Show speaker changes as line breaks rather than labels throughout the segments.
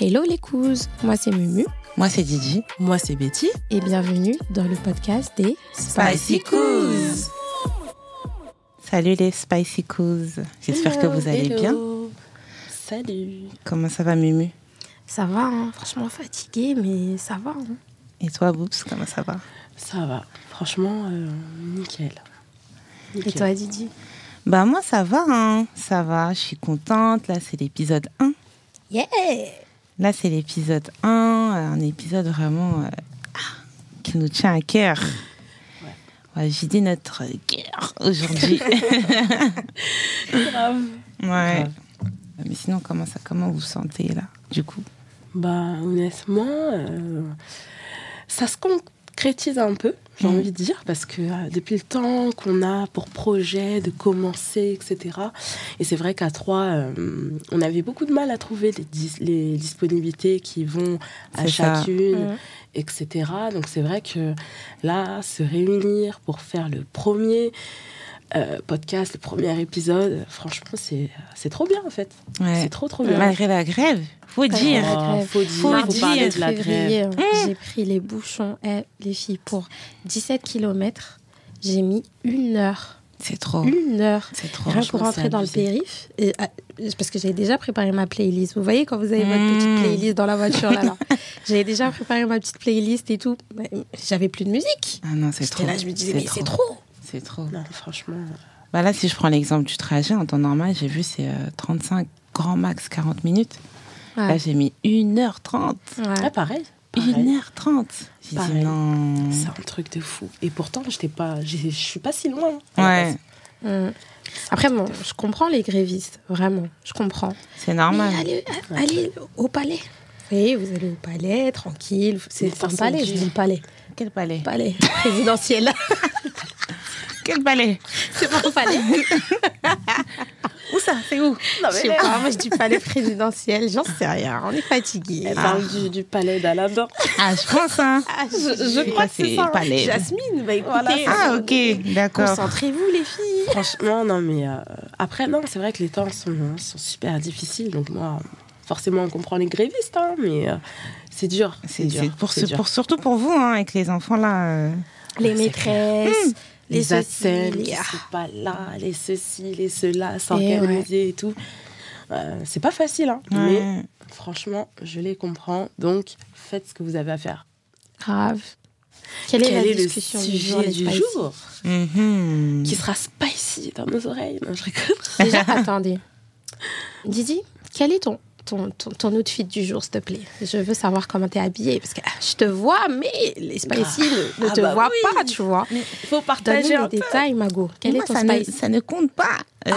Hello les couzes, moi c'est Mumu
Moi, c'est Didi.
Moi, c'est Betty.
et bienvenue dans le podcast des
Salut les Spicy Coos. J'espère que vous allez bien.
Salut.
Comment ça va, Mumu
Ça va, hein, franchement fatiguée, mais ça va. hein.
Et toi, Boops, comment ça va
Ça va. Franchement, euh, nickel.
Et toi Didi
Bah, moi, ça va, hein. Ça va, je suis contente. Là, c'est l'épisode 1.
Yeah
Là, c'est l'épisode 1. Un épisode vraiment euh, ah, qui nous tient à cœur. On va vider notre cœur aujourd'hui.
Grave.
ouais. Mais sinon, comment, ça, comment vous vous sentez, là, du coup
Bah, honnêtement, euh, ça se concrétise un peu, j'ai
Mhm.
envie de dire, parce que euh, depuis le temps qu'on a pour projet de commencer, etc. Et c'est vrai qu'à trois, euh, on avait beaucoup de mal à trouver les, dis- les disponibilités qui vont à
C'est ça. Mm.
chacune.
Mhm.
etc. Donc c'est vrai que là, se réunir pour faire le premier euh, podcast, le premier épisode, franchement, c'est c'est trop bien en fait.
Ouais.
C'est trop trop bien. Oh,
Malgré la grève, faut dire.
la grève.
faut dire, faut,
Faut dire.
parler de la grève. Mmh.
février, hein, j'ai pris les bouchons, eh, les filles, pour 17 km. J'ai mis une heure.
C'est trop.
Une heure.
C'est trop.
Rien
Oh. Franchement,
pour rentrer
c'est
dans le
abusé.
périph. Et, ah, parce que j'avais déjà préparé ma playlist. Vous voyez quand vous avez votre petite
Mmh.
playlist dans la voiture là, là. J'avais déjà préparé ma petite playlist et tout. Mais J'avais plus de musique.
Ah non, c'est
J'étais
trop.
là, je me disais, mais c'est trop.
C'est trop.
Non, franchement,
Bah là, si je prends l'exemple du trajet, en temps normal, j'ai vu, c'est euh, 35, grand max 40 minutes. Là,
Ouais.
j'ai mis 1h30.
Ouais.
ah, pareil. pareil.
1h30. J'ai dit
Pareil.
non.
C'est un truc de fou. Et pourtant, j'étais pas, j'ai- je suis pas si loin. hein, à la
Ouais,
base.
Mmh. Après, bon, je comprends les grévistes. Vraiment, je comprends.
c'est
Mais
normal.
allez, hein, allez au palais. Oui, vous allez au palais, tranquille.
Mais
C'est un
personne
palais,
qui-
je dis palais.
Quel palais
Palais présidentiel.
Quel palais
C'est pas un palais.
Où ça C'est où
Je sais pas, moi je dis palais présidentiel. J'en sais rien. On est fatigué.
Elle parle du, du palais d'Aladin.
Ah, je pense, hein.
Ah, ben, je,
je crois que c'est
hein.
palais.
Jasmine, bah écoutez, euh,
Ah, ok, d'accord.
concentrez-vous les filles.
Franchement, non, mais euh, après, non, c'est vrai que les temps sont, sont super difficiles. Donc, moi, forcément, on comprend les grévistes, hein, mais euh, c'est dur.
C'est
dur.
c'est pour,
c'est
ce-
dur.
pour- surtout pour vous, hein, avec les enfants là. euh.
Les maîtresses, les,
les
ceci,
ATSEM
les-
qui
ah,
sont pas là, les ceci, les cela, s'organiser et, tout. Euh, c'est pas facile, hein, mais
Ouais.
franchement, je les comprends. Donc, faites ce que vous avez à faire.
Grave. Quelle est
Quel
la
est le
discussion du jour,
sujet
les
du
Spice
jour Mm.
Mhm.
qui sera spicy dans nos oreilles Non, je rigole.
Déjà, attendez. Didi, quel est ton, ton, ton, ton outfit du jour, s'il te plaît Je veux savoir comment t'es habillée. Parce que ah, je te vois, mais les spicy ne, ne
Ah
te
bah
voient
oui.
pas, tu vois.
Il faut
Donne-nous
partager
les
un peu.
détails, Mago. Quel
Moi,
est ton
ça ne,
spice
ça ne compte pas. Euh,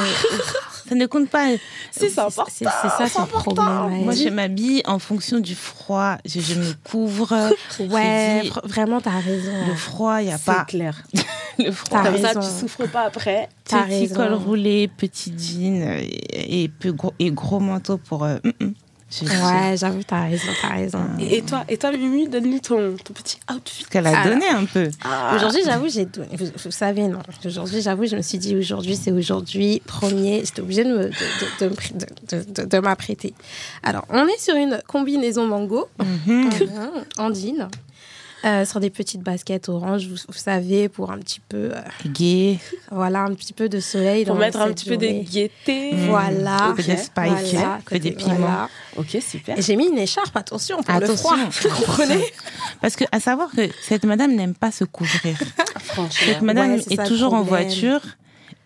ça ne compte pas.
Si, c'est important.
C'est c'est ça son problème.
Moi,
ouais.
je m'habille en fonction du froid. Je, je me couvre. Je
Ouais,
dis,
fr- vraiment, t'as raison.
le froid, il n'y a
C'est
pas.
clair.
Le froid.
T'as
Comme ça, tu
raison.
souffres pas après.
T'as
petit
raison.
col roulé, petit jean euh, et, et peu gros, et gros manteau pour. euh, mm, mm. Je- je-
Ouais, j'avoue, t'as raison, t'as raison.
Et et toi, et toi Mimi, donne-nous ton, ton petit outfit.
Ce qu'elle a
Ah.
donné un peu.
Ah.
Aujourd'hui, j'avoue, j'ai tout- vous, vous savez, non. Aujourd'hui, j'avoue, je me suis dit, aujourd'hui, c'est aujourd'hui, premier. J'étais obligée de me- de- de- de me pr- de- de- de- de m'apprêter. Alors, on est sur une combinaison mango, Mhm, en jean, euh, sur des petites baskets orange, vous, vous savez, pour un petit peu, euh,
Gay,
voilà, un petit peu de soleil.
Pour
dans
mettre un
cette
petit peu de
journée.
gaieté.
Voilà.
un peu de
Ok,
spice,
Voilà,
un peu des
côté-
piments.
voilà.
Ok, super.
Et J'ai mis une écharpe, attention, pour le
Attention,
froid. Vous comprenez
Parce que à savoir que cette madame n'aime pas se couvrir.
Franchement.
Cette madame
Ouais, c'est
est,
ça le
toujours en
problème.
voiture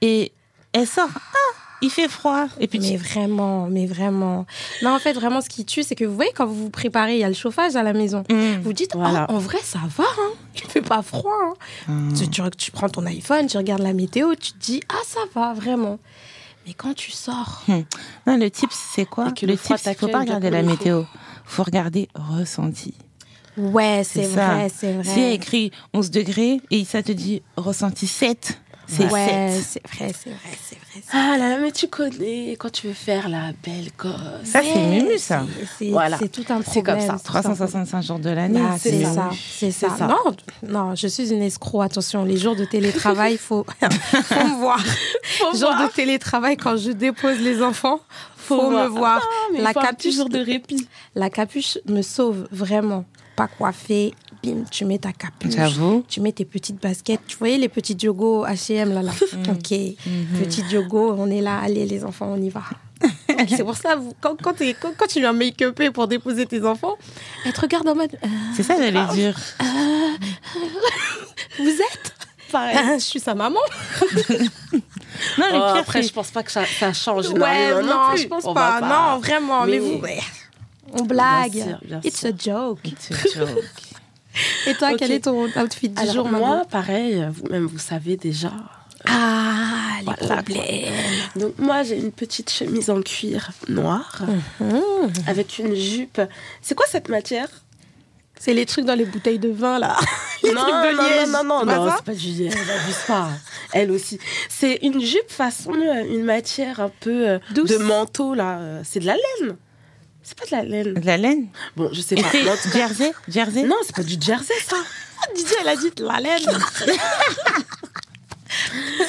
et elle sort. Ah, il fait froid. Et puis tu-
Mais vraiment, mais vraiment. Non, en fait, vraiment, ce qui tue, c'est que vous voyez, quand vous vous préparez, il y a le chauffage à la maison.
Mm.
Vous dites,
Voilà.
Ah, en vrai, ça va, hein. il fait pas froid. hein. Tu, tu- tu prends ton iPhone, tu regardes la météo, tu te dis, ah, ça va, vraiment. Mais quand tu sors,
Non, le tip, c'est quoi
Et que
Le,
le froid
tip, il faut
t'accueille
pas regarder la
comme il
météo. faut regarder ressenti.
ouais, c'est
C'est ça.
vrai, c'est
Si il y a
vrai.
écrit 11 degrés et ça te dit ressenti 7, c'est
Ouais,
7.
c'est vrai, c'est vrai, c'est vrai. c'est-
Ah là là, mais tu connais quand tu veux faire la belle gosse.
Ça, c'est Mumu, ça.
C'est- C'est
Voilà.
c'est tout un problème.
C'est comme ça.
c'est tout un problème.
365 jours de l'année.
Ah, c'est
ça.
ça, c'est ça.
ça.
Non, non, je suis une escroc. Attention, les jours de télétravail, faut, faut me voir.
Faut
Jour
voir.
de télétravail, quand je dépose les enfants, faut, faut me voir.
Ah, mais
La
il faut un
capuche-
petit jour de répit.
La capuche me sauve vraiment. Pas coiffée, bim, tu mets ta capuche.
J'avoue.
Tu mets tes petites baskets. Tu voyais les petits yogos H&M là là.
Mm.
Ok,
Mm-hmm.
petits yogos, on est là. Allez les enfants, on y va. Donc, C'est pour ça vous, quand, quand, t'es- quand- quand tu viens make-upé pour déposer tes enfants, elle te regarde en mode euh,
C'est ça, j'allais dire.
euh, vous êtes
Pareil.
Je suis sa maman.
Non, le
Oh,
pire,
après,
c'est-
je pense pas que ça, ça change.
ouais, non,
non, plus.
je pense
On
pas.
va
Non, vraiment. Mais,
Mais-
vous, ouais. on blague.
Bien sûr, bien
It's
sûr.
a joke.
C'est joke.
Et toi,
Ok.
quel est ton outfit du
Alors,
jour, maman
moi, pareil, vous-même, vous savez déjà.
Ah, les
Voilà, quoi.
problèmes.
Donc, moi, j'ai une petite chemise en cuir noir avec une jupe. C'est quoi cette matière
C'est les trucs dans les bouteilles de vin, là. Les
non,
trucs de
non,
liège, Ah,
non, non,
c'est pas
non,
ça
c'est pas du liège, n'abuse pas. Elle aussi. C'est une jupe façon euh, une matière un peu euh,
Douce.
de manteau, là. euh, C'est de la laine. C'est pas de la laine.
De la laine
Bon, je sais pas. Mais en tout cas-
Jersey Jersey
Ah, Non, c'est pas du jersey, ça.
Didier, elle a dit de la laine.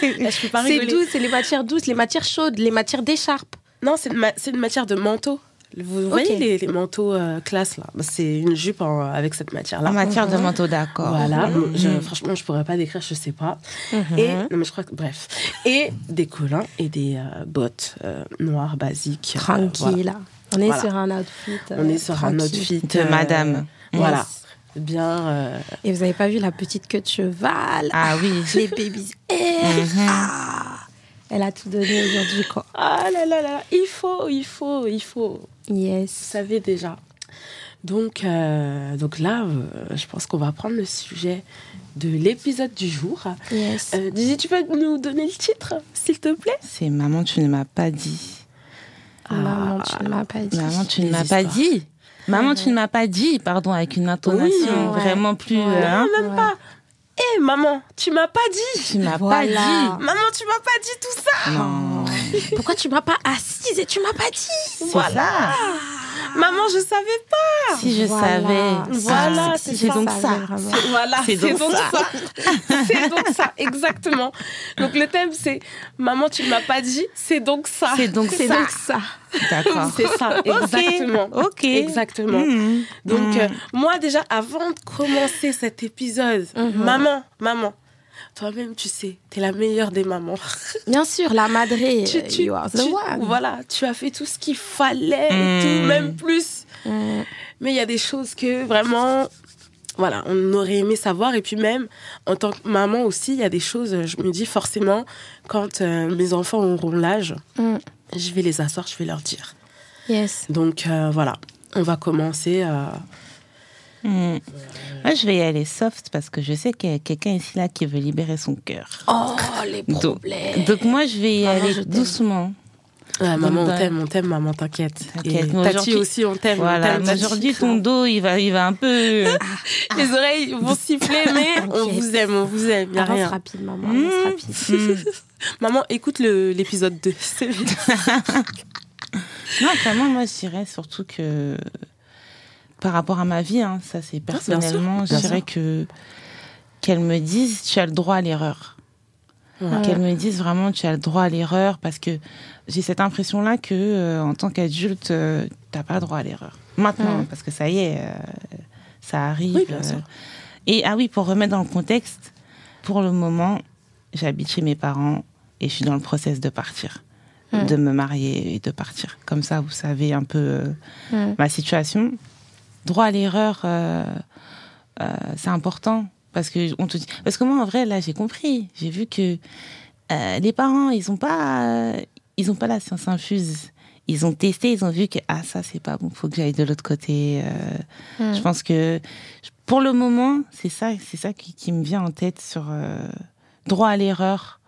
Je peux pas
C'est
rigoler.
doux, c'est les matières douces, les matières chaudes, les matières d'écharpe.
Non, c'est une, ma- c'est une matière de manteau. Vous voyez les, les manteaux euh, classe là Bah, C'est une jupe en- avec cette matière-là.
En matière de manteau, d'accord.
Voilà, Bon, je- franchement, je pourrais pas décrire, je sais pas. Et non, mais je crois que bref. Et des collins et des euh, bottes euh, noires basiques. euh,
Tranquille, là. On est
Voilà.
sur un outfit.
voilà.
euh,
On est sur un
tranquille.
outfit
De madame.
Voilà.
Yes.
Bien. euh,
Et vous avez pas vu la petite queue de cheval
Ah oui.
Euh, Les babies. Eh,
Mhm.
ah. Elle a tout donné aujourd'hui, quoi.
Ah là là là, il faut, il faut, il faut. Vous
Yes.
savez déjà. Donc, euh, donc là, euh, je pense qu'on va prendre le sujet de l'épisode du jour.
Yes.
Euh, Dizzy, tu peux nous donner le titre, s'il te plaît
C'est maman, tu ne m'as pas dit.
Maman, tu ne m'as pas dit.
Maman, tu ne
les
m'as pas
histoires.
dit. Maman, tu ne m'as pas dit, pardon, avec une intonation
Oui, ouais.
vraiment plus. euh, hein.
Non, même
Ouais.
pas. Hé, maman, tu m'as pas dit
Tu m'as
Voilà.
pas
Maman, tu m'as pas dit tout ça
dit. Non.
Oh. Pourquoi tu m'as pas assise et tu m'as pas dit
C'est
Maman, je savais pas
ça. Si je
Voilà.
savais.
Voilà,
Ah,
c'est
c'est
ça. Ah,
donc
Ça,
ça.
vraiment.
Voilà,
C'est donc ça.
c'est donc ça, exactement. Donc le thème, c'est Maman, tu m'as pas dit, c'est donc ça.
C'est donc
C'est
ça.
donc ça.
D'accord.
C'est ça, exactement.
Ok.
Exactement.
Mhm.
Donc,
Mhm.
euh, moi, déjà, avant de commencer cet épisode, maman, maman, toi-même, tu sais, t'es la meilleure des mamans.
Bien sûr, la madré,
tu, tu-
you are the
tu-
one.
Voilà, tu as fait tout ce qu'il fallait et tout,
Mm.
même plus.
Mm.
Mais il y a des choses que vraiment, voilà, on aurait aimé savoir. Et puis même, en tant que maman aussi, il y a des choses, euh, je me dis forcément, quand euh, mes enfants auront l'âge,
Mm.
je vais les asseoir, je vais leur dire.
Yes.
Donc euh, voilà, on va commencer. euh,
Ah, Mhm. Moi, je vais y aller soft parce que je sais qu'il y a quelqu'un ici là qui veut libérer son cœur.
Oh, les
Donc,
problèmes.
donc moi, je vais y
Maman, je
aller
t'aime.
doucement.
ouais, ah, maman,
Dans-
on t'aime, on t'aime, maman, t'inquiète.
T'inquiète,
Et
mais
Tati
aujourd'hui-
aussi, on t'aime. on
Voilà.
t'aime,
mais
Tati.
Aujourd'hui, ton dos, il va, il va un peu.
Ah. Les oreilles vont siffler, mais on
T'inquiète.
vous aime, on vous aime, y a
Avance
rien.
rapide, maman. avance
Mm.
rapide.
Mhm.
Maman, écoute le- l'épisode 2. c'est vite.
Non, clairement, moi, je dirais surtout que par rapport à ma vie, hein, ça c'est
Ah, bien sûr,
personnellement, je
bien
dirais
sûr.
que qu'elle me dise tu as le droit à l'erreur.
Ouais.
Qu'elle me dise vraiment tu as le droit à l'erreur parce que j'ai cette impression là que euh, en tant qu'adulte, euh, t'as pas le droit à l'erreur. Maintenant, parce que ça y est, euh, ça arrive.
Mm.
euh.
Oui, bien sûr.
Et ah oui, pour remettre dans le contexte, pour le moment, j'habite chez mes parents et je suis dans le process de partir,
Mm.
de me marier et de partir. Comme ça, vous savez un peu euh,
Mm.
ma situation. Droit à l'erreur, euh, euh, c'est important. Parce que, on te dit... parce que moi, en vrai, là, j'ai compris. J'ai vu que euh, les parents, ils n'ont pas, euh, ils ont pas la science infuse. Ils ont testé, ils ont vu que ah ça c'est pas bon, faut que j'aille de l'autre côté. Euh,
Mm.
Je pense que pour le moment c'est ça, c'est ça qui, qui me vient en tête sur euh, droit à l'erreur.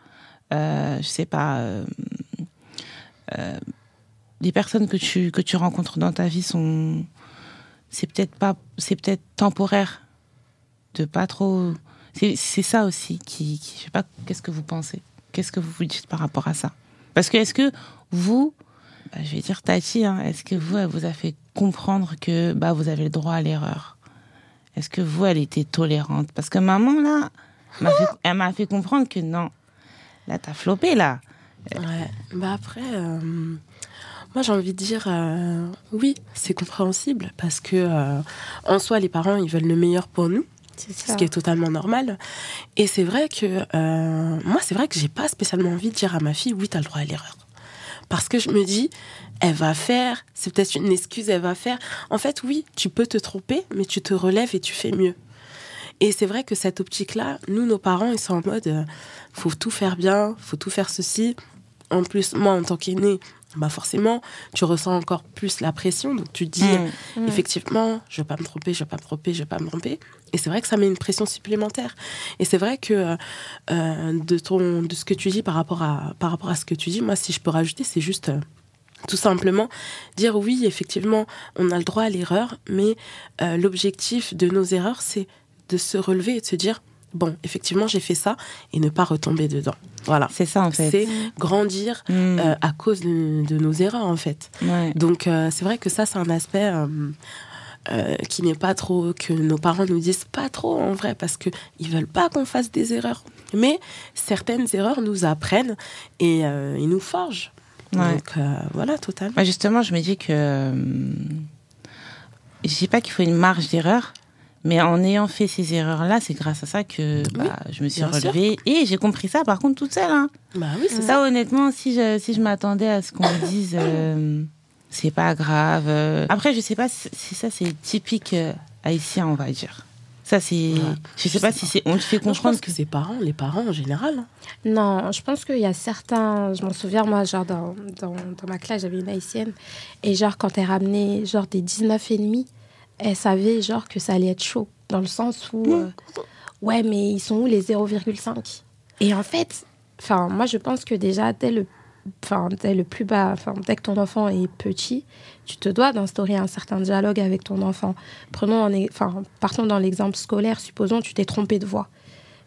Euh, je sais pas. euh, euh, les personnes que tu que tu rencontres dans ta vie sont c'est peut-être pas c'est peut-être temporaire de pas trop c'est c'est ça aussi qui, qui- je sais pas qu'est-ce que vous pensez qu'est-ce que vous vous dites par rapport à ça parce que est-ce que vous bah, je vais dire Tati hein, est-ce que vous elle vous a fait comprendre que bah vous avez le droit à l'erreur est-ce que vous elle était tolérante parce que maman là m'a fait- elle m'a fait comprendre que non là t'as flopé là
Ouais. Bah après, euh, Moi, j'ai envie de dire, euh, oui, c'est compréhensible parce que, euh, en soi, les parents, ils veulent le meilleur pour nous.
C'est ça.
ce qui est totalement normal. Et c'est vrai que euh, moi, c'est vrai que j'ai pas spécialement envie de dire à ma fille, oui, t'as le droit à l'erreur, parce que je me dis, elle va faire, c'est peut-être une excuse, elle va faire. En fait, oui, tu peux te tromper, mais tu te relèves et tu fais mieux. Et c'est vrai que cette optique-là, nous, nos parents, ils sont en mode, euh, faut tout faire bien, faut tout faire ceci. En plus, moi, en tant qu'aînée, bah forcément, tu ressens encore plus la pression, donc tu te dis,
Mm.
Mm.
effectivement, je vais pas me tromper, je vais pas me tromper, je vais pas me tromper. Et c'est vrai que ça met une pression supplémentaire. Et c'est vrai que euh, euh, de ton, de ce que tu dis par rapport à, par rapport à ce que tu dis, moi, si je peux rajouter, c'est juste euh, tout simplement dire oui, effectivement, on a le droit à l'erreur, mais euh, l'objectif de nos erreurs, c'est de se relever et de se dire bon, effectivement, j'ai fait ça et ne pas retomber dedans. Voilà.
C'est ça, en fait.
C'est grandir
Mm.
euh, à cause de- de nos erreurs, en fait.
Ouais.
Donc euh, c'est vrai que ça, c'est un aspect euh, euh, qui n'est pas trop, que nos parents nous disent pas trop en vrai, parce qu'ils veulent pas qu'on fasse des erreurs. Mais certaines erreurs nous apprennent et euh, ils nous forgent.
Ouais.
Donc euh, voilà, totalement.
Bah, justement, je me dis que. euh, Je dis pas qu'il faut une marge d'erreur, mais en ayant fait ces erreurs-là, c'est grâce à ça que bah, je me suis
bien sûr.
relevée. Et j'ai compris ça, par contre, toute seule. hein.
Bah oui, c'est ça.
Ça, honnêtement, si je, si je m'attendais à ce qu'on me dise, euh, c'est pas grave. euh. Après, je sais pas si si ça, c'est typique euh, haïtien, on va dire. Ça, c'est. je sais
je
pas
sais
si
pas.
c'est. On te fait
Non, je pense
comprendre
que
que.
ses parents, les parents en général. hein.
Non, je pense qu'il y a certains. Je m'en souviens, moi, genre, dans, dans, dans ma classe, j'avais une haïtienne. Et, genre, quand elle ramenait, genre, des 19 et demi, elle savait, genre, que ça allait être chaud. Dans le sens où. euh, ouais, mais ils sont où les 0,5 Et en fait, enfin, moi, je pense que déjà, dès le. Enfin, dès le plus bas, enfin, dès que ton enfant est petit, tu te dois d'instaurer un certain dialogue avec ton enfant. Prenons en, é- enfin, partons dans l'exemple scolaire. Supposons tu t'es trompé de voix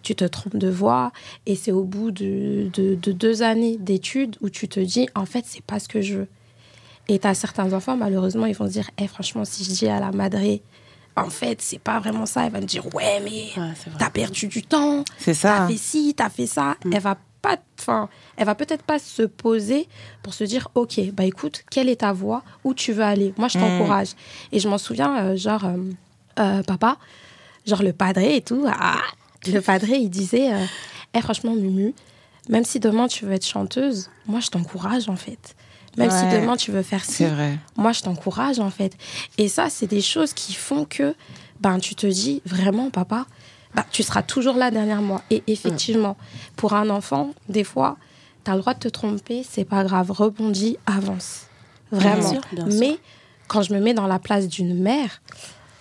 tu te trompes de voix et c'est au bout de, de- de deux années d'études où tu te dis en fait c'est pas ce que je veux et t'as certains enfants malheureusement ils vont se dire Eh, franchement si je dis à la madré en fait c'est pas vraiment ça elle va me dire ouais mais
Ouais, c'est vrai.
t'as perdu du temps
C'est ça. hein.
t'as fait ci t'as fait ça elle va pas enfin elle va peut-être pas se poser pour se dire ok bah écoute quelle est ta voix où tu veux aller moi je t'encourage et je m'en souviens euh, genre euh, euh, papa genre le padré et tout. ah, le padré, il disait euh, Eh, franchement, Mumu, même si demain tu veux être chanteuse, moi je t'encourage en fait. Même si
Ouais.
demain tu veux faire ci,
C'est vrai.
moi je t'encourage en fait. Et ça, c'est des choses qui font que ben tu te dis vraiment, papa, ben, tu seras toujours là derrière moi. Et effectivement, pour un enfant, des fois, tu as le droit de te tromper, c'est pas grave, rebondis, avance. Vraiment.
sûr, bien sûr.
Mais quand je me mets dans la place d'une mère,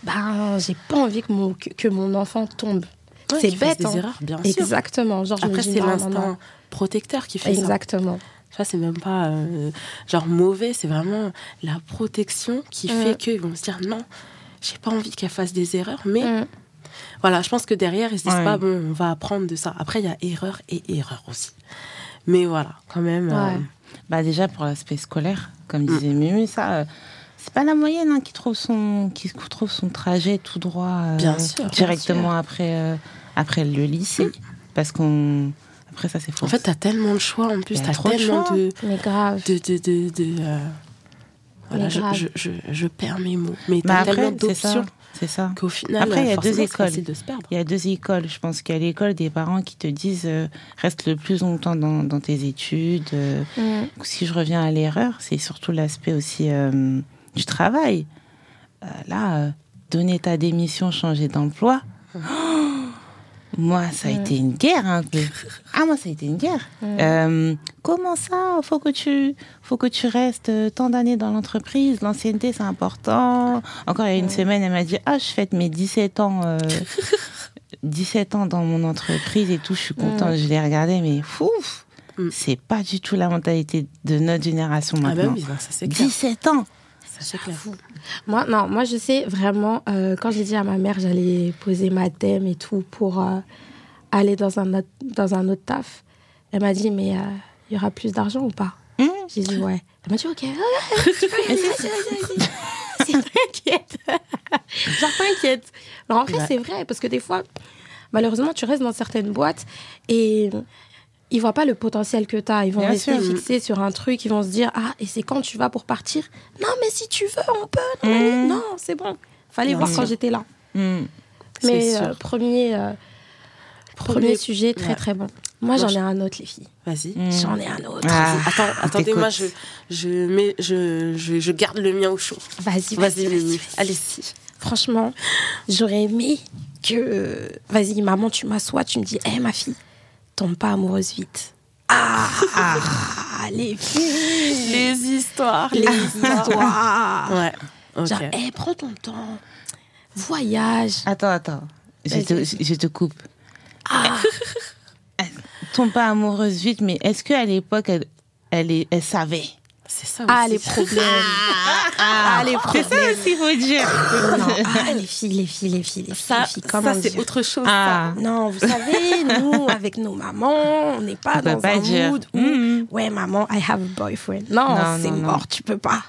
ben j'ai pas envie que mon, que, que mon enfant tombe.
Ouais,
c'est
qu'ils fassent
bête.
des
hein.
erreurs, bien sûr.
Exactement. Genre, je me
Après,
dis,
c'est
non, non,
l'instinct
non.
protecteur qui fait ça.
Exactement.
Ça, c'est même pas euh, genre mauvais, c'est vraiment la protection qui
Mm.
fait qu'ils vont se dire non, j'ai pas envie qu'elle fasse des erreurs, mais
Mm.
voilà, je pense que derrière, ils se disent
Ouais.
pas bon, on va apprendre de ça. Après, il y a erreur et erreur aussi. Mais voilà, quand même. euh,
Ouais.
Bah déjà pour l'aspect scolaire,
Mm.
comme disait Mimi, ça, euh, c'est pas la moyenne hein, qui trouve son qui se- trouve son trajet tout droit euh,
Bien sûr, bien
directement après euh, après le lycée, parce qu'on après ça c'est faux.
en fait, t'as tellement de choix en plus,
Y a
t'as
trop de
tellement
choix.
de.
Mais grave.
de, de, de, de, euh, voilà,
Mais
je,
grave.
je, je, je perds mes mots. Mais
mais
t'as
Bah après
tellement
c'est ça,
d'options
c'est ça.
qu'au final,
Après, il y a
euh,
deux
forcément, c'est
écoles.
facile de se perdre.
Il y a deux écoles. Je pense qu'il y a l'école des parents qui te disent euh, reste le plus longtemps dans, dans tes études. euh,
Mm.
si je reviens à l'erreur, c'est surtout l'aspect aussi euh, du travail. Euh, là, euh, donner ta démission, changer d'emploi. Oh moi, ça a été une guerre. hein, que- Ah, moi, ça a été une guerre. Euh, comment ça Faut que tu, faut que tu restes euh, tant d'années dans l'entreprise. L'ancienneté, c'est important. Encore il y a une semaine, elle m'a dit Ah, je fête mes 17 ans. euh, 17 ans dans mon entreprise et tout, je suis contente, je l'ai regardé, mais fouf,
Mm.
c'est pas du tout la mentalité de notre génération
Ah, bah
maintenant.
oui, non, ça c'est clair.
17 ans
Ça, c'est clair.
Moi, non, moi, je sais vraiment, euh, quand j'ai dit à ma mère, j'allais poser ma thème et tout pour euh, aller dans un, autre, dans un autre taf, elle m'a dit, mais euh, il y aura plus d'argent ou pas
Mmh.
J'ai dit, ouais. Elle m'a dit, ok. ouais, tu peux y aller, vas-y, vas-y, vas-y. C'est t'inquiète. Genre, t'inquiète. Alors, en fait,
Ouais.
c'est vrai, parce que des fois, malheureusement, tu restes dans certaines boîtes et ils voient pas le potentiel que tu as. Ils vont
Bien
rester
sûr.
fixés sur un truc, ils vont se dire Ah, et c'est quand tu vas pour partir Non, mais si tu veux, on peut. Non,
Mm.
non, c'est bon. Fallait
Mmh. Bien
voir
sûr.
quand j'étais là.
Hmm.
Mais
C'est
euh,
sûr.
premier, euh, premier,
Premier-
sujet, très
Ouais.
très bon. Moi,
Moi,
j'en
je- Mmh.
ai un autre, les filles.
Vas-y.
Hmm.
J'en ai un autre.
Ah,
Attends,
on
attendez, moi, je,
t'écoute.
je, mets, je, je, je garde le mien au chaud.
Vas-y,
Vas-y,
vas-y,
Mimi.
vas-y.
Allez, si.
Franchement, j'aurais aimé que. Vas-y, maman, tu m'assois, tu me dis Hé, ma fille, tombe pas amoureuse vite. Ah, ah, les filles,
Les histoires.
les histoires.
Ouais. Ok.
Genre, Hey, prends ton temps, voyage.
Attends, attends. Je
Vas-y.
te, je te coupe.
Ah,
Tombe pas amoureuse vite, mais est-ce qu'à l'époque, elle, elle, est- elle savait
C'est ça
ah,
aussi.
les problèmes. Ah, les
C'est
problèmes.
ça aussi, faut dire.
Non, ah, les filles, les filles, les filles, les filles.
Ça,
les filles, comment
ça c'est
dire
autre chose.
Ah,
Non, vous savez, nous, avec nos mamans, on n'est pas
On peut
dans
pas
un
dire.
mood où,
Mm-hmm.
Mhm.
ouais, maman, I have a boyfriend. Non,
Non,
c'est
non, non.
mort, tu peux pas.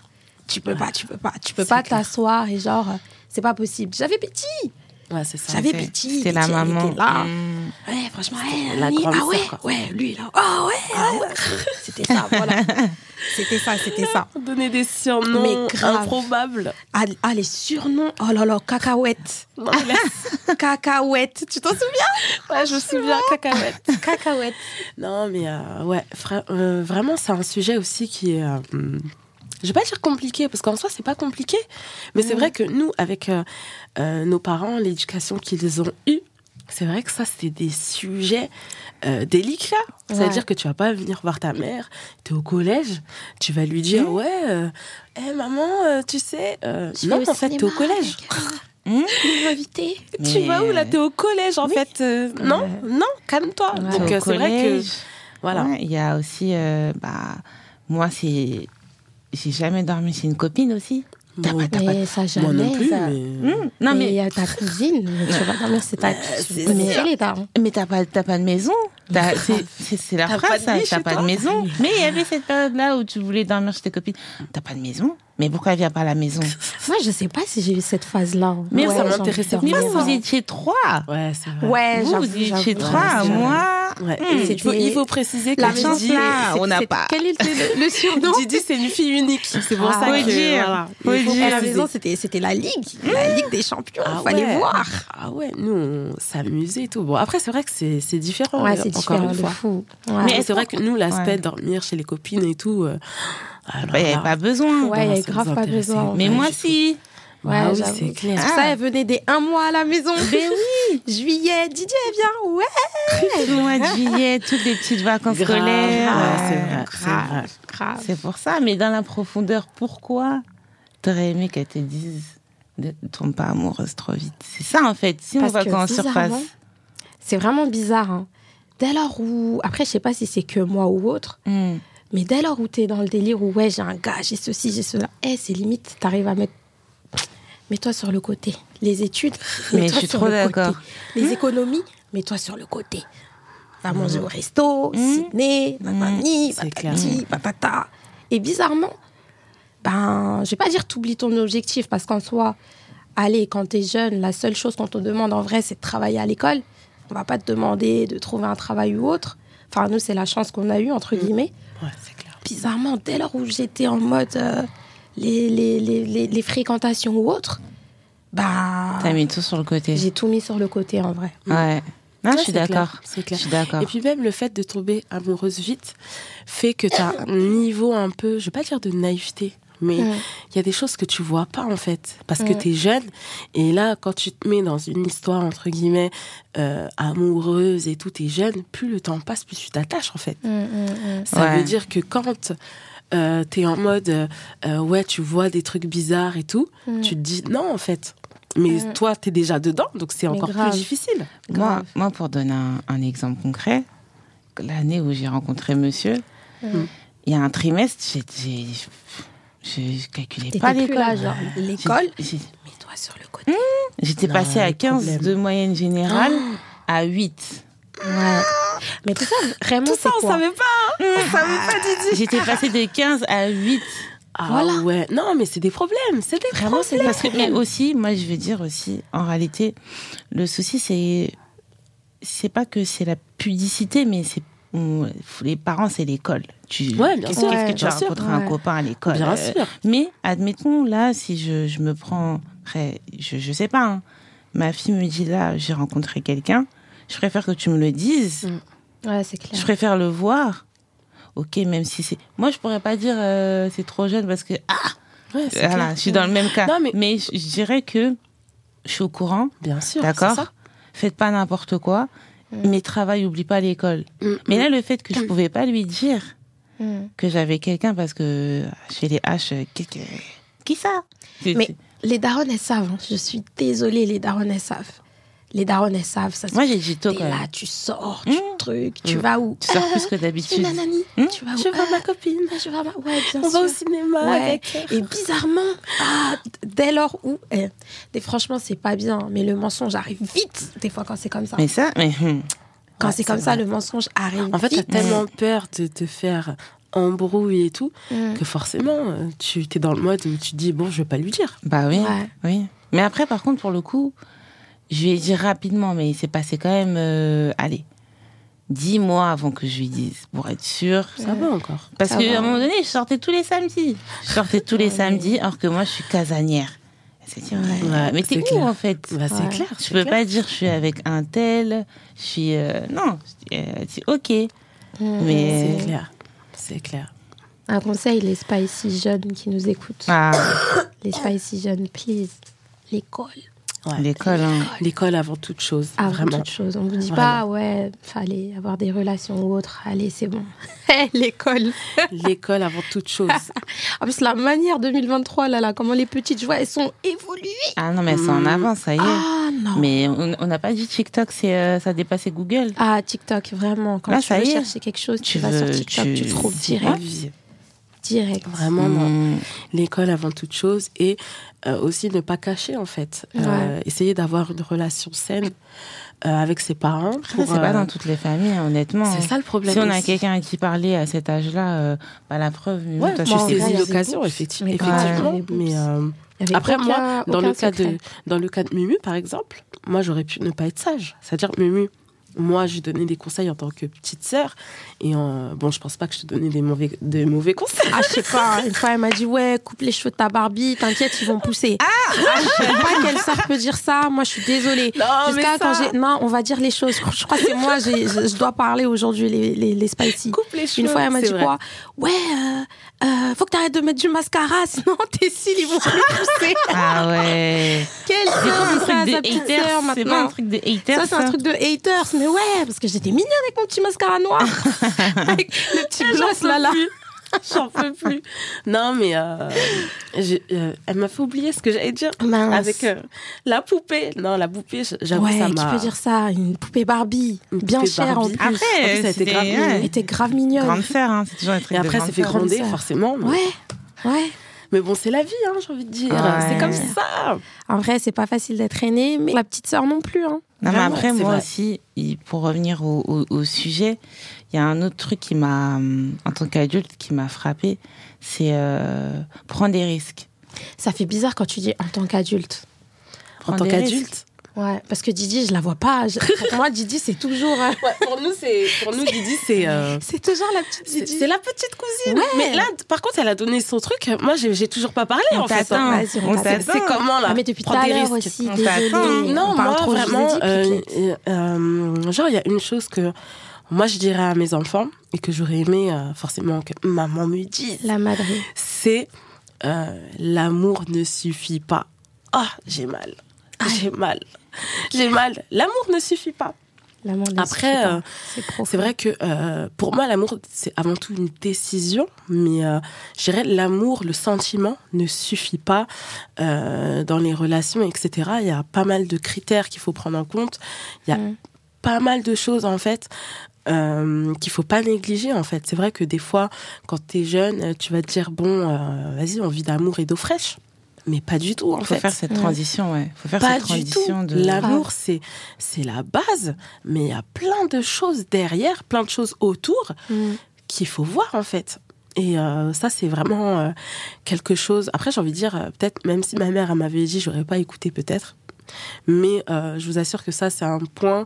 Tu peux pas, tu peux pas. Tu peux pas t'asseoir et genre, euh, c'est pas possible. J'avais petit,
ça. Ouais, c'est ça.
j'avais
c'est-
petit.
c'était la
Betty, elle
maman.
était là.
Hmm.
Ouais, franchement, ouais,
la
lui,
grande
ah ouais,
sœur, quoi.
ouais, lui, là. Oh ouais, ah ouais. C'était ça, voilà. C'était ça, c'était ça.
Donner des surnoms
Mais grave.
improbables.
Ah, ah, les surnoms, oh là là, cacahuète.
Non, mais laisse.
Cacahuète, tu t'en souviens
Ouais, je me souviens, cacahuète.
Cacahuète.
Non, mais euh, ouais, fra- euh, vraiment, c'est un sujet aussi qui est. euh, hum, je vais pas dire compliqué, parce qu'en soi, c'est pas compliqué. Mais c'est vrai que nous, avec euh, euh, nos parents, l'éducation qu'ils ont eue, c'est vrai que ça, c'est des sujets euh, délicats. C'est-à-dire
Ouais.
que tu vas pas venir voir ta mère, tu es au collège, tu vas lui dire Ouais, euh, eh, maman, euh, tu sais. euh,
Je vais
non,
au
en fait, tu es au
cinéma
collège.
avec, euh,
Hmm.
Ils m'ont invité.
Tu
Mais-
vas où là T'es au collège en
Oui.
fait. euh, non,
Ouais.
non, calme-toi.
Ouais.
Donc
Au
euh, c'est vrai que
collège.
voilà.
Ouais, Il y a aussi, euh, bah, moi, c'est. J'ai jamais dormi chez une copine aussi. T'as pas- t'as pas-
Mais ça jamais.
Moi non plus,
ça.
Mmh. mais
Hmm. Non,
mais il y
mais,
a ta cousine, mais tu vas dormir c'est ta
c'est
cousine. Mais
sûr.
elle est là. hein.
mais t'as pas, t'as pas de maison. T'as- c'est- C'est c'est la
T'as pas
phrase,
de
ça.
vie
T'as
chez
pas
toi.
de maison. Mais il y avait cette période-là où tu voulais dormir chez tes copines. T'as pas de maison. Mais pourquoi elle vient pas à la maison
Moi, je sais pas si j'ai eu cette phase-là. hein.
Mais ça
j'ai envie
m'intéressait
de
Mais
pas,
dormir.
vous, vous étiez trois.
ouais, c'est vrai.
Ouais,
Vous,
j'avoue,
vous étiez
j'avoue,
chez
j'avoue,
trois.
j'avoue.
Moi.
Ouais.
hmm.
Et Il, faut, il faut préciser que
La
chance
Didi,
là,
c'est-
on n'a
c'est-
pas.
Quel est le, le surnom
Didi, c'est une fille unique. C'est pour
Ah,
ça
faut
que
dire,
voilà,
faut
il
dire.
À la
préciser.
maison, c'était c'était la Ligue, la Ligue des Champions.
Ah
Fallait
ouais.
voir.
Ah ouais, nous on s'amusait et tout. Bon, après c'est vrai que c'est c'est différent.
Ouais,
euh,
c'est
encore
différent
une
de
fois.
fou.
Mais
Ouais,
c'est vrai que nous l'aspect
Ouais.
dormir chez les copines et tout. euh, alors
Bah, Il n'y
là,
avait pas besoin.
Ouais, il y avait
ça nous
grave pas
intéressait
besoin.
Mais
pas
moi,
du tout.
si.
Ouais,
Ah oui,
j'avoue.
c'est clair.
C'est pour ça, elle venait des un mois à la maison. Mais Ben oui Juillet, Didier, elle vient. Ouais
Tout le mois de juillet, toutes les petites vacances
Grave.
scolaires.
Ah, c'est
Ouais.
vrai, c'est
Grave.
vrai.
Grave.
C'est pour ça, mais dans la profondeur, pourquoi t'aurais aimé qu'elle te dise ne tombe pas amoureuse trop vite C'est ça en fait, si
Parce
on va
que
qu'en surface.
bizarrement, C'est vraiment bizarre. hein. Dès lors où. Après, je sais pas si c'est que moi ou autre,
Hmm.
mais dès lors où t'es dans le délire où, ouais, j'ai un gars, j'ai ceci, j'ai cela, eh, c'est limite, t'arrives à mettre. Mets-toi sur le côté. Les études,
Mais
mets-toi
je suis
sur
trop
le côté.
d'accord. Hmm
Les économies, mets-toi sur le côté. Va manger au resto,
Hmm.
Sydney, nanani,
C'est
patati, patata. Et bizarrement, ben, je vais pas dire t'oublies ton objectif parce qu'en soi, allez, quand t'es jeune, la seule chose qu'on te demande en vrai, c'est de travailler à l'école. On va pas te demander de trouver un travail ou autre. Enfin, nous, c'est la chance qu'on a eue,
Hmm.
entre guillemets.
Ouais, c'est clair.
Bizarrement, dès lors où j'étais en mode euh, les, les, les, les, les fréquentations ou autre, bah,
T'as mis tout sur le côté.
j'ai tout mis sur le côté en vrai.
Ouais. Non,
Ouais,
je suis
Mm. c'est clair,
d'accord.
c'est
Je
clair.
suis d'accord.
Et puis même le fait de tomber amoureuse vite fait que tu as un niveau un peu, je vais pas dire de naïveté, mais il
Ouais.
y a des choses que tu vois pas en fait parce
Ouais.
que tu es jeune et là quand tu te mets dans une histoire entre guillemets euh, amoureuse et tout, tu es jeune, plus le temps passe, plus tu t'attaches
Mm,
en fait. Ça
Ouais.
veut dire que quand euh, t'es en mode euh, euh, ouais, tu vois des trucs bizarres et tout, tu te dis non en fait. Mais
Mm.
toi, t'es déjà dedans, donc c'est
Mais
encore plus
grave.
difficile.
moi,
grave.
moi, pour donner un, un exemple concret, l'année où j'ai rencontré monsieur,
Mm.
il y a un trimestre, j'ai- j'ai- je je calculais
T'étais
pas
plus
l'école.
là, genre,
J'ai-
l'école,
j'ai-
mets-toi sur le côté.
J'étais
Non,
passée à
le
15
problème.
de moyenne générale
Oh
à 8.
Ouais. Mais tout ça, vraiment,
Tout
c'est
ça, on
quoi
savait pas. hein. on savait pas, Didi.
J'étais passée de 15 à 8.
Ah
Voilà.
ouais. Non, mais c'est des problèmes. C'est des
Vraiment, c'est
problèmes.
des
Parce que, mais aussi, moi, je vais dire aussi, en réalité, le souci, c'est. C'est pas que c'est la pudicité, mais c'est où les parents, c'est l'école. Tu,
Ouais, bien
qu'est-ce
sûr.
qu'est-ce que
Ouais,
tu
bien sûr.
rencontreras un
Ouais.
copain à l'école
Bien
euh,
sûr.
Mais admettons, là, si je, je me prends. Après, je, je sais pas. hein. ma fille me dit là, j'ai rencontré quelqu'un. Je préfère que tu me le dises.
Ouais, c'est
Je
clair.
préfère le voir. Ok, même si c'est. Moi, je pourrais pas dire euh, c'est trop jeune parce que. Ah
Ouais, c'est
Voilà,
clair.
je suis dans le même cas.
Non, mais-
mais je, je dirais que je suis au courant.
Bien sûr. c'est
D'accord
ça.
Faites pas n'importe quoi. Mais travail, oublie pas l'école.
Mm,
Mais
mm.
là, le fait que je pouvais pas lui dire
Mm.
que j'avais quelqu'un parce que chez les H, euh, qui, qui- qui ça C'est-
Mais
c'est-
les darons, elles savent. hein. Je suis désolée, les darons, elles savent. Les darons, elles savent. Ça se
Moi, j'ai dit tôt
T'es
quand
là,
même.
tu sors, tu
Mmh.
trucs, tu
Mmh.
vas où
Tu sors plus que
Chez
d'habitude.
Nanani
Mmh.
Tu vas où
Je vois
Ah,
ma copine.
je vais à ma- Ouais, bien
On
sûr.
va au cinéma
Ouais.
avec elle.
Et bizarrement, ah, d- dès lors où. eh, des- franchement, c'est pas bien, mais le mensonge arrive vite, des fois, quand c'est comme ça.
Mais ça, mais hum,
quand
Ouais,
c'est comme
c'est
ça,
vrai.
le mensonge arrive
En fait, t'as
vite.
tellement peur de te faire embrouiller et tout
Mm.
que forcément, euh, tu t'es dans le mode où tu te dis bon, je vais pas lui dire.
bah oui,
Ouais.
oui. Mais après, par contre, pour le coup, je lui ai dit rapidement, mais il s'est passé quand même, euh, allez, dix mois avant que je lui dise, pour être sûr.
Ça va encore.
Parce
Ça
qu'à
va.
un moment donné, je sortais tous les samedis. Je sortais tous les
Ouais.
samedis, alors que moi, je suis casanière. Elle s'est dit,
Ouais.
ouais, mais
c'est
t'es où
clair.
en fait
Bah, c'est
Ouais.
clair.
Je
c'est
peux
clair.
pas dire je suis avec un tel, je suis. euh, non, je dis, euh, dis, ok.
Mmh.
Mais.
C'est clair. C'est clair.
Un conseil, les spicy jeunes qui nous écoutent.
Ah,
Les spicy jeunes, please. L'école.
Ouais.
l'école, hein.
L'école avant toute chose.
Avant
vraiment.
toute chose. On vous dit
Vraiment.
pas, ouais, fallait avoir des relations ou autre. Allez, c'est bon. Hé, L'école.
L'école avant toute chose.
En plus, la manière 2023, là, là, comment les petites joies, elles sont évoluées.
Ah non, mais c'est en
Hmm.
avance, ça y est.
Ah non.
Mais on on n'a pas dit TikTok, c'est euh, ça a dépassé Google.
Ah, TikTok, vraiment. Quand
Là,
tu
ça
veux
y est.
chercher quelque chose, tu,
Tu
vas sur
veux-
TikTok, tu,
tu-
trouves
c'est
direct.
Abusé.
Direct.
Vraiment, non.
Hmm.
l'école avant toute chose et euh, aussi ne pas cacher en fait. Euh, essayer d'avoir une relation saine euh, avec ses parents.
Ça,
pour,
c'est pas
euh,
dans toutes les familles, hein, honnêtement.
c'est ça le problème.
Si on a
aussi.
quelqu'un à qui parler à cet âge-là, euh, bah, la preuve, mais
Ouais,
toi,
tu
moi, en
sais-
vrai, il y
saisis
a des
l'occasion,
books.
effecti-
Mais
grave,
effectivement.
il y a des
Mais,
books.
euh,
Il y avait
après,
aucun-
moi, dans
aucun
le, cas de,
secret.
dans le cas de Mumu, par exemple, moi, j'aurais pu ne pas être sage. C'est-à-dire, Mumu, moi, je lui donnais des conseils en tant que petite sœur. Et euh, bon, je pense pas que je te donnais des mauvais, des mauvais conseils.
Ah, je sais pas, une fois elle m'a dit Ouais, coupe les cheveux de ta Barbie, t'inquiète, ils vont pousser. Ah, Je sais pas quelle sœur peut dire ça, moi je suis désolée.
Non, Oh, mais
Jusqu'à quand
ça-
j'ai. Non, on va dire les choses. Je crois que c'est moi, j'ai- je, je dois parler aujourd'hui, les, les, les spicy.
Coupe les cheveux.
Une fois, elle m'a
c'est
dit
vrai.
quoi Ouais, euh, euh, faut que t'arrêtes de mettre du mascara, sinon tes cils ils vont plus pousser.
Ah ouais.
Quelle
C'est pas
sœur
un
ça,
truc
sa
de
petite
haters,
sœur
C'est pas un
maintenant
truc de haters.
Ça, c'est un truc de haters, mais ouais, parce que j'étais mignonne avec mon petit mascara noir. avec le petit gloss là là.
J'en peux plus. Non, mais euh, j'ai- euh, elle m'a fait oublier ce que j'allais dire.
Mince.
Avec euh, la poupée. Non, la poupée, j- j'avoue,
ouais,
ça
qui
m'a.
peut dire ça Une poupée Barbie, Ah,
Une
bien
poupée
chère en
Barbie.
plus.
Après,
En plus, ça a été
c'était-
grave mignon.
ouais.
Elle était grave mignonne.
Grande sœur, hein, c'est toujours un truc
Et
de
après,
grande
ça fait
sœur.
gronder,
sœur.
forcément. mais-
Ouais, ouais.
Mais bon, c'est la vie, hein, j'ai envie de dire.
Ouais.
C'est comme ça.
En vrai, c'est pas facile d'être aînée, mais la petite sœur non plus. Hein.
Non, mais
Vraiment,
après,
c'est
moi
vrai.
aussi, il- pour revenir au, au- au sujet, il y a un autre truc qui m'a, hum, en tant qu'adulte, qui m'a frappé, c'est euh, prendre des risques.
Ça fait bizarre quand tu dis en tant qu'adulte.
En
Prendre
tant
des
qu'adulte.
Ouais, parce que Didi, je la vois pas. Je- Pour moi, Didi, c'est toujours, euh,
pour nous, c'est pour nous, Didi, c'est euh,
c'est toujours la petite
c'est
Didi.
c'est la petite cousine.
Ouais.
Mais là, par contre, elle a donné son truc. Moi, j'ai j'ai toujours pas parlé
On
en fait. hein.
t'attend.
Vas-y, on
On
t'attend.
C'est
t'attend.
c'est comment là
Ah, mais depuis tout
Prends
à
des
l'heure
risques.
aussi,
On
désolée.
s'attend.
Non,
On parle
moi
trop, je vous ai
vraiment,
dit,
euh,
Piquette.
euh, euh, genre il y a une chose que moi je dirais à mes enfants et que j'aurais aimé euh, forcément que maman me dise,
La Madrid.
c'est euh, l'amour ne suffit pas. Ah, j'ai mal, j'ai mal, j'ai mal. L'amour ne suffit pas.
L'amour ne
Après,
suffit pas.
euh,
c'est profond.
C'est vrai que euh, pour moi l'amour c'est avant tout une décision, mais euh, je dirais l'amour, le sentiment ne suffit pas euh, dans les relations, etc. Il y a pas mal de critères qu'il faut prendre en compte. Il y a
Mm.
pas mal de choses en fait euh, qu'il faut pas négliger en fait. C'est vrai que des fois, quand tu es jeune, euh, tu vas te dire bon, euh, vas-y, on vit d'amour et d'eau fraîche, mais pas du tout en
Faut
fait.
faire cette
Ouais.
transition, ouais. Faut faire
pas
cette
du
transition
tout.
de.
L'amour, c'est c'est la base, mais il y a plein de choses derrière, plein de choses autour
Mm.
qu'il faut voir en fait. Et euh, ça, c'est vraiment euh, quelque chose. Après, j'ai envie de dire, euh, peut-être, même si ma mère elle m'avait dit, j'aurais pas écouté peut-être. Mais euh, je vous assure que ça, c'est un point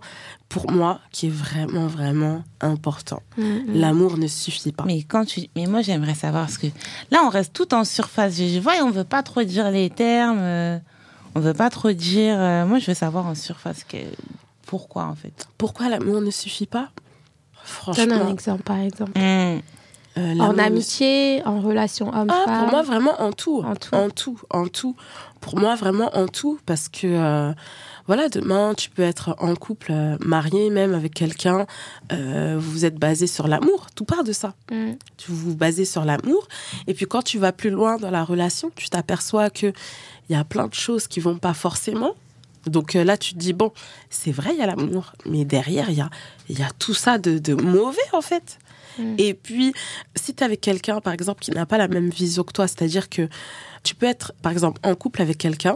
pour moi qui est vraiment, vraiment important.
hum, Mm.
L'amour ne suffit pas.
Mais quand tu, mais moi j'aimerais savoir ce que là on reste tout en surface. Je je vois et on veut pas trop dire les termes, euh, on veut pas trop dire. euh, moi je veux savoir en surface que pourquoi en fait.
Pourquoi l'amour ne suffit pas
Donne un
Franchement,
exemple, par exemple.
Mm.
euh, l'amour
En
ne
amitié, en relation
Ah,
homme-femme.
pour moi, vraiment en tout.
En tout.
En tout. en tout. Pour moi, vraiment en tout. Parce que, euh, voilà, demain, tu peux être en couple, euh, marié même avec quelqu'un. euh, vous êtes basé sur l'amour. Tout part de ça.
Mm.
Tu vous basez sur l'amour. Et puis, quand tu vas plus loin dans la relation, tu t'aperçois qu'il y a plein de choses qui vont pas forcément. Donc euh, là, tu te dis, bon, c'est vrai, il y a l'amour, mais derrière, il y a, il y a tout ça de, de mauvais, en fait.
Mm.
Et puis, si tu es avec quelqu'un, par exemple, qui n'a pas la même vision que toi, c'est-à-dire que tu peux être, par exemple, en couple avec quelqu'un,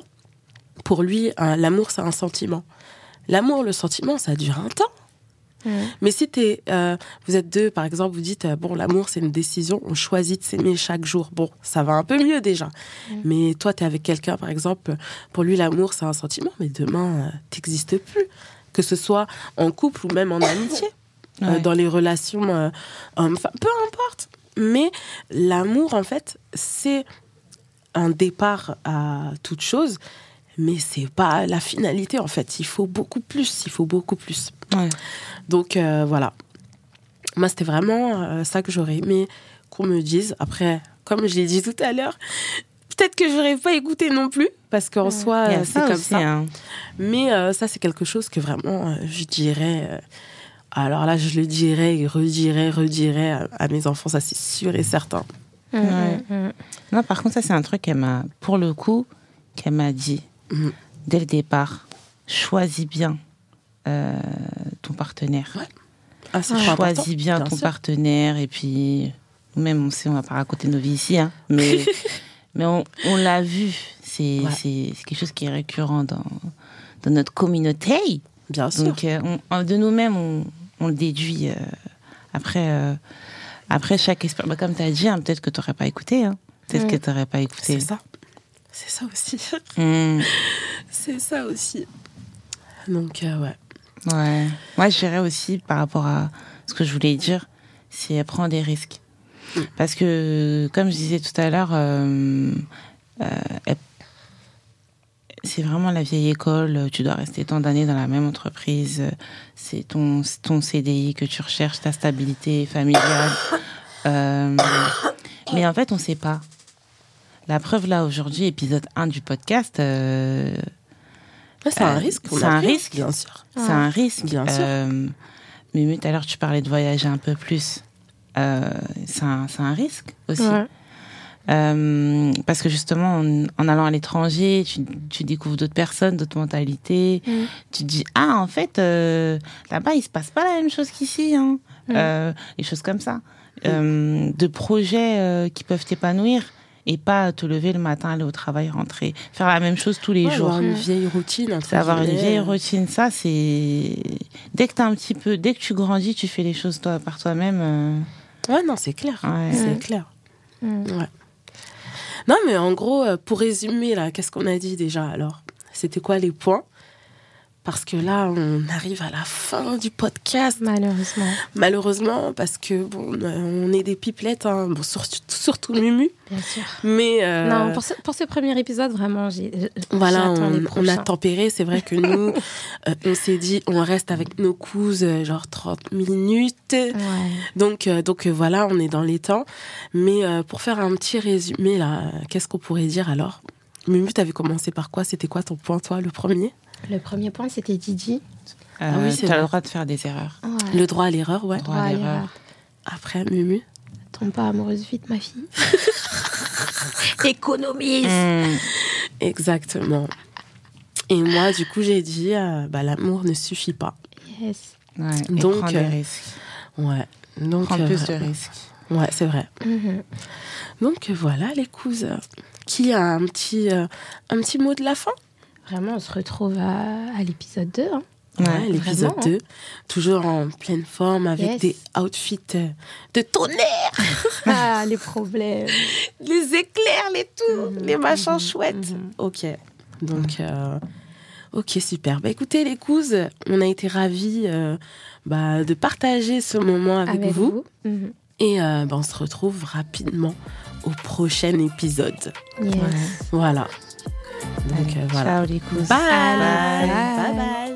pour lui, hein, l'amour, c'est un sentiment. L'amour, le sentiment, ça dure un temps.
Mm.
Mais si t'es, euh, vous êtes deux, par exemple, vous dites, euh, bon, l'amour, c'est une décision, on choisit de s'aimer chaque jour. Bon, ça va un peu mieux déjà. Mais toi, t'es avec quelqu'un, par exemple, pour lui, l'amour, c'est un sentiment, mais demain, euh, t'existes plus. Que ce soit en couple ou même en amitié, euh,
Ouais.
dans les relations euh, hommes-femmes, peu importe. Mais l'amour, en fait, c'est un départ à toute chose, mais c'est pas la finalité, en fait. Il faut beaucoup plus, il faut beaucoup plus.
Ouais.
Donc euh, voilà. Moi, c'était vraiment euh, ça que j'aurais aimé qu'on me dise. Après, comme je l'ai dit tout à l'heure, peut-être que j'aurais pas écouté non plus, parce qu'en
Ouais.
soi,
Il y
euh,
a
c'est
ça
comme
aussi,
ça.
hein.
Mais euh, ça, c'est quelque chose que vraiment, euh, je dirais. euh, alors là, je le dirais et redirais, redirais à, à mes enfants, ça c'est sûr et certain.
Mm,
Ouais.
mm, mm.
Non, par contre, ça, c'est un truc qu'elle m'a, pour le coup, qu'elle m'a dit
Mhm.
dès le départ. Choisis bien euh, ton partenaire.
Ah, c'est
Ouais.
trop important.
Choisis bien,
Bien
ton
sûr.
partenaire. Et puis, nous-mêmes, on sait, on va pas raconter nos vies ici, hein, mais, mais on, on l'a vu. C'est
Ouais.
c'est- c'est quelque chose qui est récurrent dans, dans notre communauté.
Bien sûr.
Donc, euh, on- on- de nous-mêmes, on, on le déduit. euh, après, euh, après chaque expérience, Bah, comme tu as dit, hein, peut-être que tu n'aurais pas écouté. hein. Peut-être
Ouais.
que tu n'aurais pas écouté.
Mm. c'est ça. C'est ça aussi.
Mm.
c'est ça aussi. Donc, euh, ouais.
Ouais. Moi, je dirais aussi par rapport à ce que je voulais dire, c'est prendre des risques. Parce que, comme je disais tout à l'heure, euh, euh, elle- c'est vraiment la vieille école. Tu dois rester tant d'années dans la même entreprise. C'est ton, c'est ton CDI que tu recherches, ta stabilité familiale. Euh, mais en fait, on ne sait pas. La preuve, là, aujourd'hui, épisode 1 du podcast, euh,
Ouais, c'est un
Euh,
risque. qu'on
c'est
a
un
pris, hein.
risque.
Bien sûr.
c'est
Ouais.
un risque.
Bien sûr.
Ah. Euh, mais tout à l'heure, tu parlais de voyager un peu plus. Euh, c'est un, c'est un risque aussi.
hum. Ouais.
Euh, parce que justement, en, en allant à l'étranger, tu, tu découvres d'autres personnes, d'autres mentalités.
Mm.
Tu te dis, ah, en fait, euh, là-bas, il se passe pas la même chose qu'ici. Hein.
Mm.
Euh, des choses comme ça. Euh, de projets euh, qui peuvent t'épanouir et pas te lever le matin, aller au travail, rentrer. Faire la même chose tous les
Ouais, bah,
jours.
Avoir une
Mm.
vieille routine. entre
C'est avoir une
guillemets. euh,
vieille routine, ça, c'est. Dès que t'as un petit peu. Dès que tu grandis, tu fais les choses toi, par toi-même. euh,
Ouais, non, c'est clair.
Ouais.
C'est
Mm.
clair.
Mm.
Non, mais en gros, euh, pour résumer, là, qu'est-ce qu'on a dit déjà alors C'était quoi les points Parce que là, on arrive à la fin du podcast,
Malheureusement,
malheureusement, parce que, bon, euh, on est des pipelettes, hein. bon, surtout, surtout Mumu,
bien sûr.
mais. euh,
Non, pour ce, pour ce premier épisode, vraiment, j'ai. je-
Voilà,
j'attends les
on, on
prochains.
a tempéré. C'est vrai que nous, euh, on s'est dit, on reste avec nos couses, euh, genre 30 minutes.
Ouais.
Donc, euh, donc euh, voilà, on est dans les temps. Mais euh, pour faire un petit résumé, là, euh, qu'est-ce qu'on pourrait dire alors Mumu, t'avais commencé par quoi C'était quoi ton point, toi, le premier
Le premier point, c'était Didi. Oh,
Ah oui,
euh,
c'est
t'as
vrai.
le droit de faire des erreurs.
Le droit à l'erreur, ouais.
Droit à l'erreur.
Après, Mumu
Tombe pas amoureuse vite, ma fille. Économise.
Mm.
Exactement. Et moi, du coup, j'ai dit, euh, bah, l'amour ne suffit pas.
Yes.
Mmh. Ouais, et
Donc,
prendre des
euh,
risques.
Ouais. Donc,
Prendre
euh,
plus de risques.
Ouais, c'est vrai.
Mhm.
Donc euh, voilà, les cousins. Qui a un petit, euh, un petit mot de la fin
Vraiment, on se retrouve à, à l'épisode 2. hein.
Ouais,
Ouais, l'épisode
vraiment, hein.
2. Toujours en pleine forme,
Yes.
avec des outfits euh, de tonnerre,
Ah, les problèmes.
Mhm, les éclairs, les tout, les machins chouettes.
Mhm.
Ok. Donc, euh, Ok, super. Bah, écoutez, les couzes, on a été ravis euh, bah, de partager ce moment avec, vous.
Mhm.
Et euh, bah, on se retrouve rapidement au prochain épisode.
Yes.
Voilà. Donc
Allez,
euh, voilà.
Ciao les cousins.
Bye.
Bye.
bye. bye.